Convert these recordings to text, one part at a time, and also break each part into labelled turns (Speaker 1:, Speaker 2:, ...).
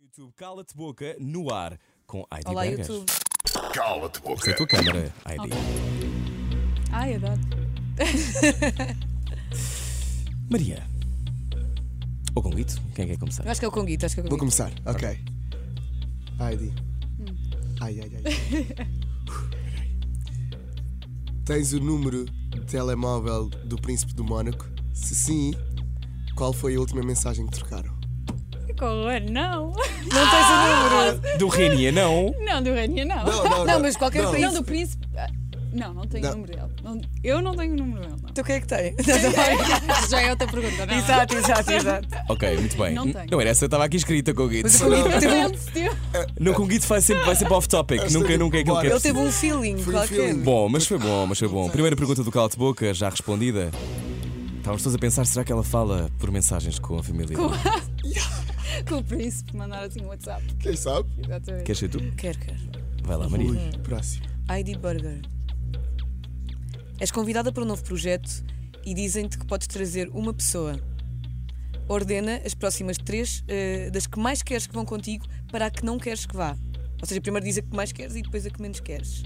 Speaker 1: YouTube Cala-te Boca no ar com Heidi
Speaker 2: Olá,
Speaker 1: Vegas.
Speaker 2: YouTube.
Speaker 3: Cala-te,
Speaker 1: Esta é a
Speaker 3: boca.
Speaker 1: tua câmara, Heidi.
Speaker 2: Ai, adoro.
Speaker 1: Maria. Ou com Lito, quem quer começar?
Speaker 2: Eu acho que é o Conguito, acho que é o
Speaker 3: Vou
Speaker 2: Conguito.
Speaker 3: começar, ok. Hum. Heidi. Ai, ai, ai. Tens o número de telemóvel do Príncipe do Mónaco? Se sim, qual foi a última mensagem que trocaram?
Speaker 4: Com o Rania, não. Ah!
Speaker 2: Não tens o número.
Speaker 1: Do Renia, não.
Speaker 4: Não, do Rania, não. Não,
Speaker 2: Não, mas qualquer
Speaker 3: não.
Speaker 2: país.
Speaker 4: do príncipe. ah, Não, não tenho
Speaker 3: Não.
Speaker 4: o número dele. Não- eu não tenho o número dele, não.
Speaker 2: Então quem é que tem?
Speaker 4: Isso já é outra pergunta, não.
Speaker 2: exato, exato, exato.
Speaker 1: Ok, muito bem.
Speaker 4: Não
Speaker 1: N-
Speaker 4: tenho.
Speaker 1: não era essa que estava aqui escrita com o Guito.
Speaker 2: Mas o Conguito teve um,
Speaker 1: Não, com o Guito vai sempre, vai sempre off-topic.
Speaker 3: Esta
Speaker 1: Nunca,
Speaker 3: tipo,
Speaker 1: nunca é aquilo que é
Speaker 2: ele
Speaker 3: bora.
Speaker 2: teve
Speaker 1: preciso.
Speaker 2: um feeling
Speaker 3: Foi um
Speaker 2: qualquer.
Speaker 3: feeling.
Speaker 1: Bom, mas foi bom, mas foi bom. Primeira pergunta do Cala-te Boca, já respondida. Estávamos todos a pensar, será que ela fala por mensagens com a família?
Speaker 4: Com o príncipe mandar assim um WhatsApp.
Speaker 3: Quem sabe?
Speaker 4: Exatamente.
Speaker 1: Queres ser tu?
Speaker 2: Quer, quer.
Speaker 1: Vai lá, Maria.
Speaker 3: Ui, próximo.
Speaker 2: ID Burger. És convidada para um novo projeto e dizem-te que podes trazer uma pessoa. Ordena as próximas três eh, das que mais queres que vão contigo para a que não queres que vá. Ou seja, primeiro diz a que mais queres e depois a que menos queres.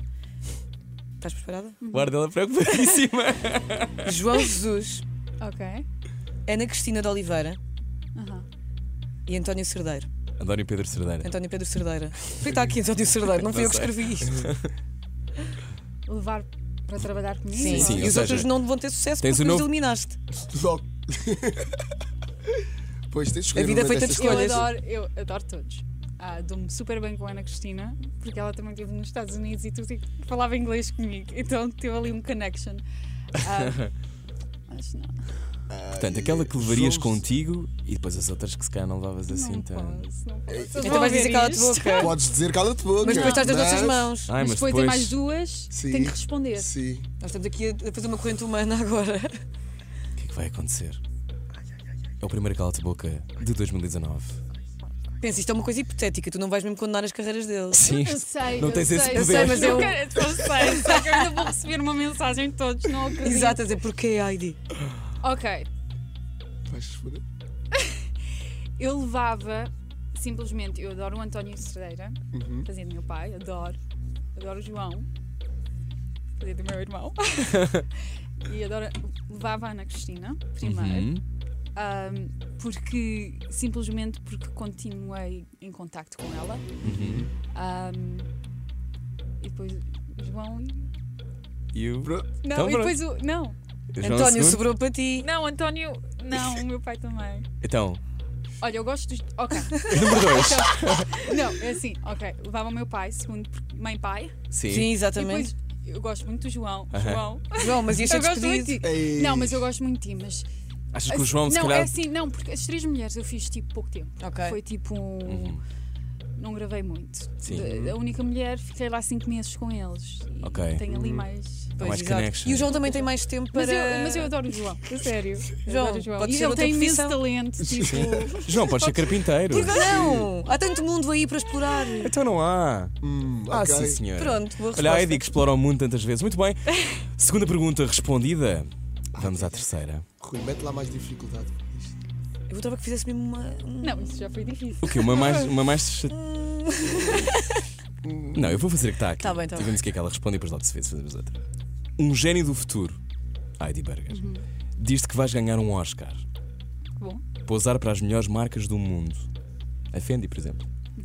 Speaker 2: Estás preparada?
Speaker 1: Guarda ela preocupadíssima.
Speaker 2: João Jesus,
Speaker 4: Ok.
Speaker 2: Ana Cristina de Oliveira
Speaker 4: Aham.
Speaker 2: e António Cerdeiro.
Speaker 1: António Pedro Cerdeira.
Speaker 2: António Pedro Cerdeira. Por que está aqui António Cerdeiro? Não fui
Speaker 1: Tá
Speaker 2: eu que escrevi isto.
Speaker 4: Levar para trabalhar comigo?
Speaker 1: Sim, sim.
Speaker 2: e
Speaker 1: ou
Speaker 2: os outros
Speaker 1: seja,
Speaker 2: não vão ter sucesso
Speaker 1: tens
Speaker 2: porque
Speaker 1: o
Speaker 2: os
Speaker 1: novo-
Speaker 2: eliminaste.
Speaker 3: Logo. pois tens de escolher
Speaker 2: A vida
Speaker 3: uma
Speaker 2: foi
Speaker 3: destas
Speaker 2: tanto
Speaker 4: Eu
Speaker 2: Escolhas.
Speaker 4: adoro, eu adoro todos. Ah, Dou-me super bem com a Ana Cristina, porque ela também esteve nos Estados Unidos e tudo e falava inglês comigo. Então teve ali um connection. Ah, mas não.
Speaker 3: Ah,
Speaker 1: Portanto,
Speaker 3: e-
Speaker 1: aquela que levarias
Speaker 3: João-
Speaker 1: contigo e depois as outras que se calhar não levavas assim
Speaker 4: não
Speaker 1: tanto.
Speaker 4: posso, não posso. Eles
Speaker 2: Então
Speaker 4: vão
Speaker 2: vais
Speaker 4: ver
Speaker 2: dizer cala-te
Speaker 4: isto.
Speaker 2: boca.
Speaker 3: Podes dizer cala-te boca.
Speaker 2: Mas depois estás nas
Speaker 3: mas-
Speaker 2: nossas mãos.
Speaker 1: Ai,
Speaker 4: mas depois tem mais duas,
Speaker 3: Sim.
Speaker 4: tem que responder.
Speaker 3: Sim.
Speaker 2: Nós estamos aqui a fazer uma corrente humana agora.
Speaker 1: O que é que vai acontecer? É o primeiro cala de boca de 2019.
Speaker 2: Pensa, isto é uma coisa hipotética, tu não vais mesmo condenar as carreiras deles.
Speaker 1: Sim.
Speaker 4: Eu sei,
Speaker 1: Não
Speaker 4: eu
Speaker 1: tens
Speaker 4: sei,
Speaker 1: esse
Speaker 4: eu
Speaker 1: poder.
Speaker 4: sei, mas eu,
Speaker 2: Eu
Speaker 4: quero- eu sei, só que eu ainda vou receber uma mensagem de todos, não acredito.
Speaker 2: Exato, a dizer porquê, Heidi?
Speaker 4: Ok,
Speaker 3: Vais responder.
Speaker 4: eu levava simplesmente, eu adoro o António Cerdeira,
Speaker 3: Uhum.
Speaker 4: fazia do meu pai, adoro, adoro o João, fazia do meu irmão, e adoro, levava a Ana Cristina, primeiro,
Speaker 1: Uhum.
Speaker 4: ahm, porque, simplesmente porque continuei em contacto com ela,
Speaker 1: Uhum.
Speaker 4: ahm, e depois João e...
Speaker 1: E o
Speaker 3: Pronto.
Speaker 4: Não,
Speaker 1: Então,
Speaker 4: e
Speaker 1: pronto. é
Speaker 4: depois o... Não,
Speaker 1: João
Speaker 2: António,
Speaker 1: II?
Speaker 2: sobrou para ti.
Speaker 4: Não, António. Não, o meu pai também.
Speaker 1: Então,
Speaker 4: Olha, eu gosto dos. Ok.
Speaker 1: número 2.
Speaker 4: Não, é assim, ok. Levava o meu pai, segundo, porque mãe pai.
Speaker 1: Sim.
Speaker 2: Sim,
Speaker 4: E
Speaker 2: exatamente.
Speaker 4: depois eu gosto muito do João.
Speaker 1: Aham. é
Speaker 4: João.
Speaker 2: João, mas ias ser
Speaker 4: eu gosto muito
Speaker 2: despedido.
Speaker 4: de ti.
Speaker 3: Ei.
Speaker 4: Não, mas eu gosto muito de ti, mas.
Speaker 1: Achas que o João, se
Speaker 4: não,
Speaker 1: calhar.
Speaker 4: é assim, não, porque as três mulheres eu fiz tipo pouco tempo.
Speaker 2: Ok.
Speaker 4: Foi tipo um.
Speaker 1: Uhum.
Speaker 4: Não gravei muito.
Speaker 1: Sim.
Speaker 4: De- a única mulher, fiquei lá cinco meses com eles. E
Speaker 1: Ok.
Speaker 4: Tenho ali mais.
Speaker 1: Há mais
Speaker 2: exato.
Speaker 1: connection.
Speaker 2: E o João também tem mais tempo para.
Speaker 4: Uhum. Mas, eu, mas eu adoro o João, a sério. Eu
Speaker 2: João,
Speaker 4: adoro o João.
Speaker 2: pode
Speaker 4: E
Speaker 2: ser
Speaker 4: ele
Speaker 2: outra
Speaker 4: tem imenso
Speaker 2: profissão.
Speaker 4: talento. Tipo,
Speaker 1: João, pode ser carpinteiro.
Speaker 2: Por que não? Há tanto mundo aí para explorar.
Speaker 1: Então não há.
Speaker 3: Hum,
Speaker 1: Ah,
Speaker 3: ok.
Speaker 1: sim, senhora.
Speaker 2: Pronto, boa resposta.
Speaker 1: Olha, a Heidi que explora o mundo tantas vezes. Muito bem. Segunda pergunta respondida. Vamos à terceira.
Speaker 3: Rui, mete lá mais dificuldade.
Speaker 2: Eu gostava que fizesse mesmo uma. um-
Speaker 4: não, isso já foi difícil.
Speaker 1: O quê? Uma mais. Uma mais... Não, eu vou fazer a que está aqui.
Speaker 2: Tá bem, tá
Speaker 1: e vemos o que é que ela responde e depois logo se vê se fazemos outra. Um gênio do futuro, Heidi Berger,
Speaker 2: Uhum.
Speaker 1: diz-te que vais ganhar um Oscar.
Speaker 4: Bom.
Speaker 1: Pousar para as melhores marcas do mundo. A Fendi, por exemplo.
Speaker 2: Uhum.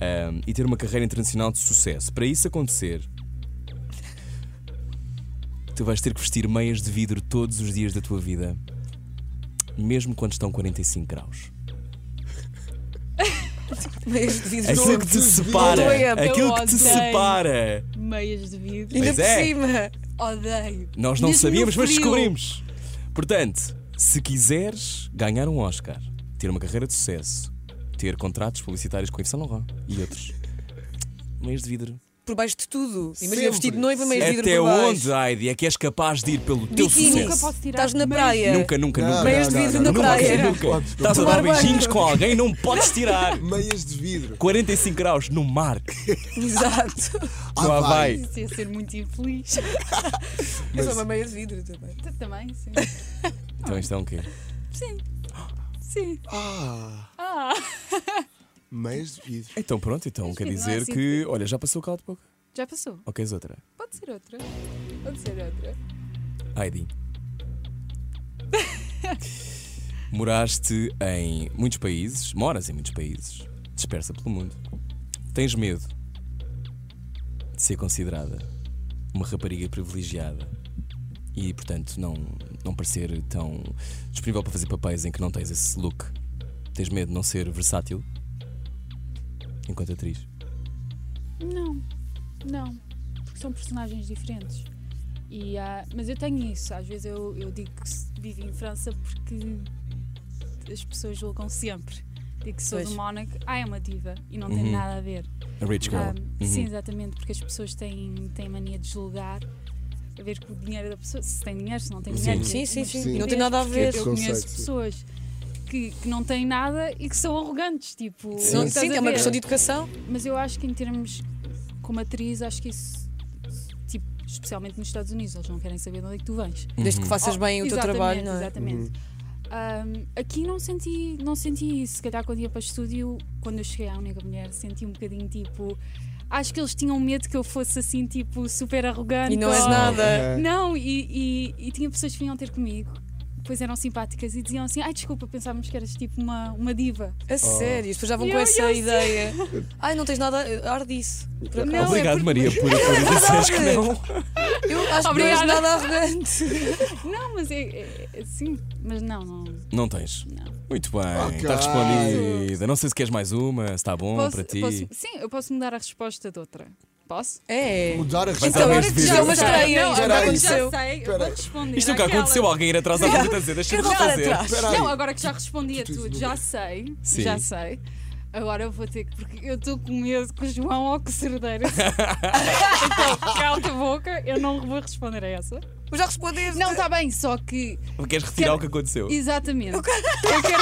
Speaker 1: Ahm, e ter uma carreira internacional de sucesso. Para isso acontecer, tu vais ter que vestir meias de vidro todos os dias da tua vida, mesmo quando estão 45 graus.
Speaker 2: Meias de vidro
Speaker 1: Aquilo É que
Speaker 2: todo.
Speaker 1: te
Speaker 2: Doia,
Speaker 1: separa! É
Speaker 2: eu
Speaker 1: Aquilo que te
Speaker 4: odeio.
Speaker 1: separa!
Speaker 4: Meias de vidro.
Speaker 1: Pois
Speaker 2: Ainda por
Speaker 1: é.
Speaker 2: cima.
Speaker 4: Odeio.
Speaker 1: Nós não
Speaker 4: Mesmo no
Speaker 1: sabíamos, mas
Speaker 4: frio.
Speaker 1: descobrimos. Portanto, se quiseres ganhar um Oscar, ter uma carreira de sucesso, ter contratos publicitários com Yves Saint Laurent e outros, meios de vidro.
Speaker 2: Por baixo de tudo. Imagina
Speaker 3: Sempre.
Speaker 2: vestir de noiva, meias de vidro
Speaker 1: Até
Speaker 2: por baixo.
Speaker 1: onde, Heidi, é que és capaz de ir pelo teu
Speaker 2: Biquíni.
Speaker 1: sucesso?
Speaker 4: Nunca posso tirar.
Speaker 2: Estás na
Speaker 4: Mas-
Speaker 2: praia.
Speaker 1: Nunca, nunca,
Speaker 3: Não,
Speaker 1: nunca.
Speaker 2: Meias de
Speaker 3: não,
Speaker 2: vidro
Speaker 3: não,
Speaker 2: na
Speaker 1: nunca,
Speaker 3: não, Tá
Speaker 2: praia.
Speaker 1: nunca.
Speaker 3: Podes, não
Speaker 1: Estás a
Speaker 2: Tomar
Speaker 1: dar beijinhos
Speaker 2: banho.
Speaker 1: com alguém, não podes tirar.
Speaker 3: Meias de vidro.
Speaker 1: 45 graus no mar,
Speaker 2: Exato.
Speaker 3: Ah,
Speaker 1: no
Speaker 3: vai.
Speaker 1: Havaí.
Speaker 4: Isso ia ser muito infeliz.
Speaker 2: Eu sou É uma meia de vidro também.
Speaker 4: Tu Também, sim.
Speaker 1: Então isto é um quê?
Speaker 4: Sim. Sim.
Speaker 3: Ah,
Speaker 4: Ah.
Speaker 3: Meias de vidro.
Speaker 1: Então pronto, então
Speaker 4: Mas
Speaker 1: quer
Speaker 4: que não é
Speaker 1: dizer
Speaker 4: assim
Speaker 1: que. Olha, já passou o calo de boca.
Speaker 4: Já passou.
Speaker 1: Ok, és outra.
Speaker 4: Pode ser outra. Pode ser outra.
Speaker 1: Heidi. Moraste em muitos países, moras em muitos países, dispersa pelo mundo. Tens medo de ser considerada uma rapariga privilegiada e, portanto, não, não parecer tão disponível para fazer papéis em que não tens esse look. Tens medo de não ser versátil enquanto atriz.
Speaker 4: Não, não, porque são personagens diferentes. E há- mas eu tenho isso, às vezes eu, eu digo que se- vivo em França porque as pessoas julgam sempre. Digo que sou
Speaker 2: Pois.
Speaker 4: de Mónaco, ah, é uma diva e não tem
Speaker 1: Uhum.
Speaker 4: nada a ver.
Speaker 1: A Rich Girl.
Speaker 4: Ah, Sim,
Speaker 1: Uhum.
Speaker 4: exatamente, porque as pessoas têm, têm mania de julgar a ver com o dinheiro da pessoa, se tem dinheiro, se não tem
Speaker 1: Sim.
Speaker 4: dinheiro.
Speaker 2: Sim, sim,
Speaker 4: mas
Speaker 2: sim.
Speaker 3: Sim.
Speaker 2: Não tem nada a
Speaker 4: porque
Speaker 2: ver.
Speaker 4: Eu
Speaker 3: Preconceito,
Speaker 4: conheço
Speaker 3: sim.
Speaker 4: pessoas que, que não têm nada e que são arrogantes, tipo.
Speaker 1: Sim.
Speaker 2: Não-
Speaker 4: estás
Speaker 2: sim,
Speaker 4: a
Speaker 2: é uma
Speaker 4: ver?
Speaker 2: questão de educação.
Speaker 4: Mas eu acho que em termos como atriz, acho que isso, tipo, especialmente nos Estados Unidos, eles não querem saber de onde é que tu vens.
Speaker 1: Uhum.
Speaker 2: Desde que faças bem o teu
Speaker 4: Exatamente,
Speaker 2: trabalho, não é?
Speaker 4: Exatamente. Ahm, aqui não senti, não senti isso. Se calhar quando ia para o estúdio, quando eu cheguei à Única Mulher, senti um bocadinho tipo. Acho que eles tinham medo que eu fosse assim, tipo, super arrogante.
Speaker 2: E não és
Speaker 4: ou-
Speaker 2: nada.
Speaker 4: Não, e, e, e tinha pessoas que vinham ter comigo, depois eram simpáticas e diziam assim: ai, desculpa, pensávamos que eras tipo uma, uma diva.
Speaker 2: A sério, as pessoas já vão
Speaker 4: Eu-
Speaker 2: com essa
Speaker 4: eu sei.
Speaker 2: ideia. Ai, não tens nada a ar disso. Por
Speaker 4: Não, é
Speaker 2: acaso.
Speaker 1: Obrigado,
Speaker 4: porque-
Speaker 1: Maria, por, por disseres que
Speaker 2: verdade.
Speaker 1: não.
Speaker 2: Eu acho que não és
Speaker 4: Obrigada.
Speaker 2: nada arrogante.
Speaker 4: Não, mas é, é, é- sim, mas não, não,
Speaker 1: Não tens.
Speaker 4: não.
Speaker 1: Muito bem, está
Speaker 3: Ok.
Speaker 1: respondida. Não sei se queres mais uma, se está bom para ti.
Speaker 4: posso- sim, eu posso mudar a resposta de outra. Posso?
Speaker 2: É.
Speaker 3: Mudar a
Speaker 1: Mas
Speaker 2: Então,
Speaker 1: há
Speaker 3: resposta.
Speaker 1: mais
Speaker 2: olha que
Speaker 1: vídeo.
Speaker 2: já é uma
Speaker 1: Não,
Speaker 2: estreia.
Speaker 4: não,
Speaker 2: já
Speaker 3: peraí.
Speaker 2: aconteceu.
Speaker 4: Já sei, eu vou
Speaker 3: Peraí.
Speaker 4: responder.
Speaker 1: Isto nunca
Speaker 4: àquela.
Speaker 1: aconteceu alguém ir atrás da pergunta a dizer, deixa-me
Speaker 2: Quero voltar
Speaker 1: fazer.
Speaker 2: atrás.
Speaker 3: Espera aí.
Speaker 4: Não, agora que já respondi a
Speaker 3: Tu- tu-
Speaker 4: tudo, já sei,
Speaker 1: Sim.
Speaker 4: já sei. Agora eu vou ter que, porque eu estou com medo que o João ou que o Cerdeira. então, cala a boca, eu não vou responder a essa.
Speaker 2: Mas já respondeste.
Speaker 4: Não, está bem, só que.
Speaker 1: Queres retirar o que aconteceu?
Speaker 4: Exatamente. Eu quero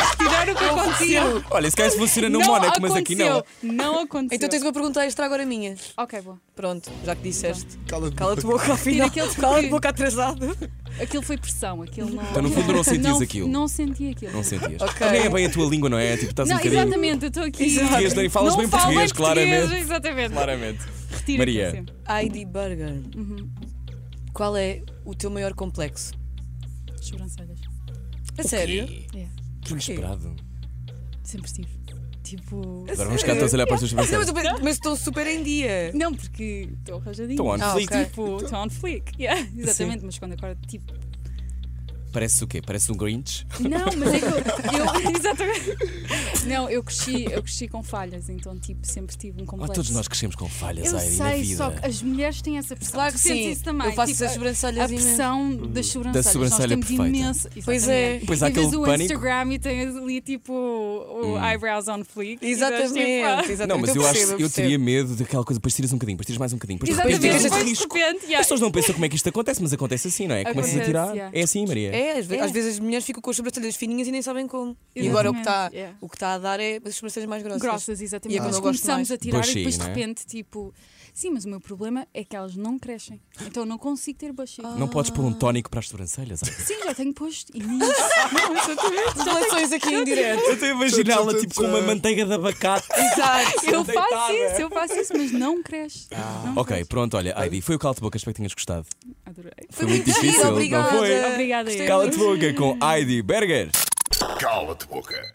Speaker 4: retirar o que aconteceu.
Speaker 1: Olha, se calhar isso funciona no
Speaker 4: Não
Speaker 1: Mónaco, mas aqui não.
Speaker 4: aconteceu, Não aconteceu.
Speaker 2: Então tens uma pergunta extra agora minha.
Speaker 4: Ok, boa.
Speaker 2: Pronto, já que disseste.
Speaker 3: Cala-te.
Speaker 2: Cala-te boca ao final.
Speaker 4: aquele
Speaker 2: Cala-te
Speaker 4: sorriso.
Speaker 2: boca atrasado.
Speaker 4: Aquilo foi pressão, aquilo não.
Speaker 1: Então, no fundo, não sentias
Speaker 4: não,
Speaker 1: aquilo.
Speaker 4: Não senti aquilo.
Speaker 1: Não sentias.
Speaker 2: Ok.
Speaker 1: Nem é bem a tua língua, não é? Tipo, estás
Speaker 4: Não,
Speaker 1: um bocadinho.
Speaker 4: exatamente, eu estou aqui.
Speaker 1: Português, nem falas
Speaker 4: não
Speaker 1: bem
Speaker 4: falo
Speaker 1: português, claramente.
Speaker 4: Exatamente.
Speaker 1: Claramente.
Speaker 4: Retira
Speaker 1: Maria.
Speaker 4: aquilo sempre.
Speaker 2: Heidi Burger. Qual é o teu maior complexo?
Speaker 4: Sobrancelhas.
Speaker 2: A sério?
Speaker 1: Que inesperado.
Speaker 4: Sempre tive. Tipo.
Speaker 1: Agora vamos cá todos olhar para as tuas
Speaker 2: Não, mas,
Speaker 1: sobrancelhas.
Speaker 2: eu- mas estou super em dia.
Speaker 4: Não, porque estou arranjadinha.
Speaker 1: Estão on
Speaker 2: Ah,
Speaker 1: fleek.
Speaker 2: ok.
Speaker 4: Tipo, estou on fleek. Yeah, exatamente, mas quando acordo, tipo.
Speaker 1: Parece o quê? Parece um Grinch?
Speaker 4: Não, mas é que eu. eu exatamente. Não, eu cresci, eu cresci com falhas, então, tipo, sempre tive um
Speaker 1: Ah,
Speaker 4: complexo.
Speaker 1: todos nós crescemos com falhas,
Speaker 4: Eu
Speaker 1: Heidi, na
Speaker 4: sei, só que
Speaker 1: vida.
Speaker 4: as mulheres têm essa pressão.
Speaker 2: Claro que
Speaker 4: Tu sentes
Speaker 2: sim.
Speaker 4: isso também.
Speaker 2: Eu faço
Speaker 4: tipo,
Speaker 2: as
Speaker 4: a-
Speaker 2: sobrancelhas
Speaker 4: A
Speaker 2: imenso.
Speaker 4: pressão das sobrancelhas.
Speaker 1: Hum, sobrancelha
Speaker 4: Nós temos
Speaker 1: perfeita.
Speaker 4: imensa.
Speaker 2: Pois é.
Speaker 4: exatamente.
Speaker 1: Pois há
Speaker 4: e vês
Speaker 1: aquele
Speaker 4: o
Speaker 1: pânico. Hum.
Speaker 4: Instagram e tens ali tipo o eyebrows on fleek. e dás, tipo, ah.
Speaker 2: Exatamente, exatamente.
Speaker 1: Não, mas
Speaker 2: eu
Speaker 1: eu acho
Speaker 2: percebo,
Speaker 1: eu
Speaker 2: percebo.
Speaker 1: teria medo daquela coisa, depois tiras um bocadinho, depois tiras mais um bocadinho, depois de repente
Speaker 4: Exatamente.
Speaker 2: Exatamente.
Speaker 1: tiras este
Speaker 4: Depois de
Speaker 1: risco.
Speaker 4: repente, yeah.
Speaker 1: As pessoas não pensam como é que isto acontece, mas acontece assim, não é? Começas a
Speaker 4: Acontece,
Speaker 1: tirar.
Speaker 4: yeah.
Speaker 1: É assim, Maria.
Speaker 2: É, às ve-
Speaker 4: É.
Speaker 2: às vezes as mulheres ficam com as sobrancelhas fininhas e nem sabem como. E agora o que está
Speaker 4: Exatamente, yeah.
Speaker 2: o que está a dar é as sobrancelhas mais grossas.
Speaker 4: Grossas, exatamente.
Speaker 2: E
Speaker 4: Nós
Speaker 2: eu não gosto
Speaker 4: começamos
Speaker 2: mais.
Speaker 4: a tirar
Speaker 1: Bushy,
Speaker 4: e depois de
Speaker 1: não é?
Speaker 4: repente, tipo, sim, mas o meu problema é que elas não crescem. Então eu não consigo ter baixinho.
Speaker 1: Não podes pôr um tónico para as sobrancelhas. Ana?
Speaker 4: Sim, já tenho posto. E nem
Speaker 2: Relações aqui em direto.
Speaker 1: Eu estou a imaginá-la tipo com uma manteiga de abacate.
Speaker 2: Exato.
Speaker 4: eu faço
Speaker 1: Deitada. Ah.
Speaker 4: isso, eu faço isso, mas não cresce. Não
Speaker 1: ok, pronto, olha, Heidi, foi o calo de boca, espero que tenhas gostado.
Speaker 4: cresce. Adorei.
Speaker 2: Foi
Speaker 1: muito difícil,
Speaker 2: giro,
Speaker 1: não
Speaker 2: obrigada.
Speaker 1: foi?
Speaker 4: Obrigada,
Speaker 2: Gostei
Speaker 4: eu.
Speaker 1: Cala-te boca com Heidi Berger.
Speaker 5: Cala-te boca.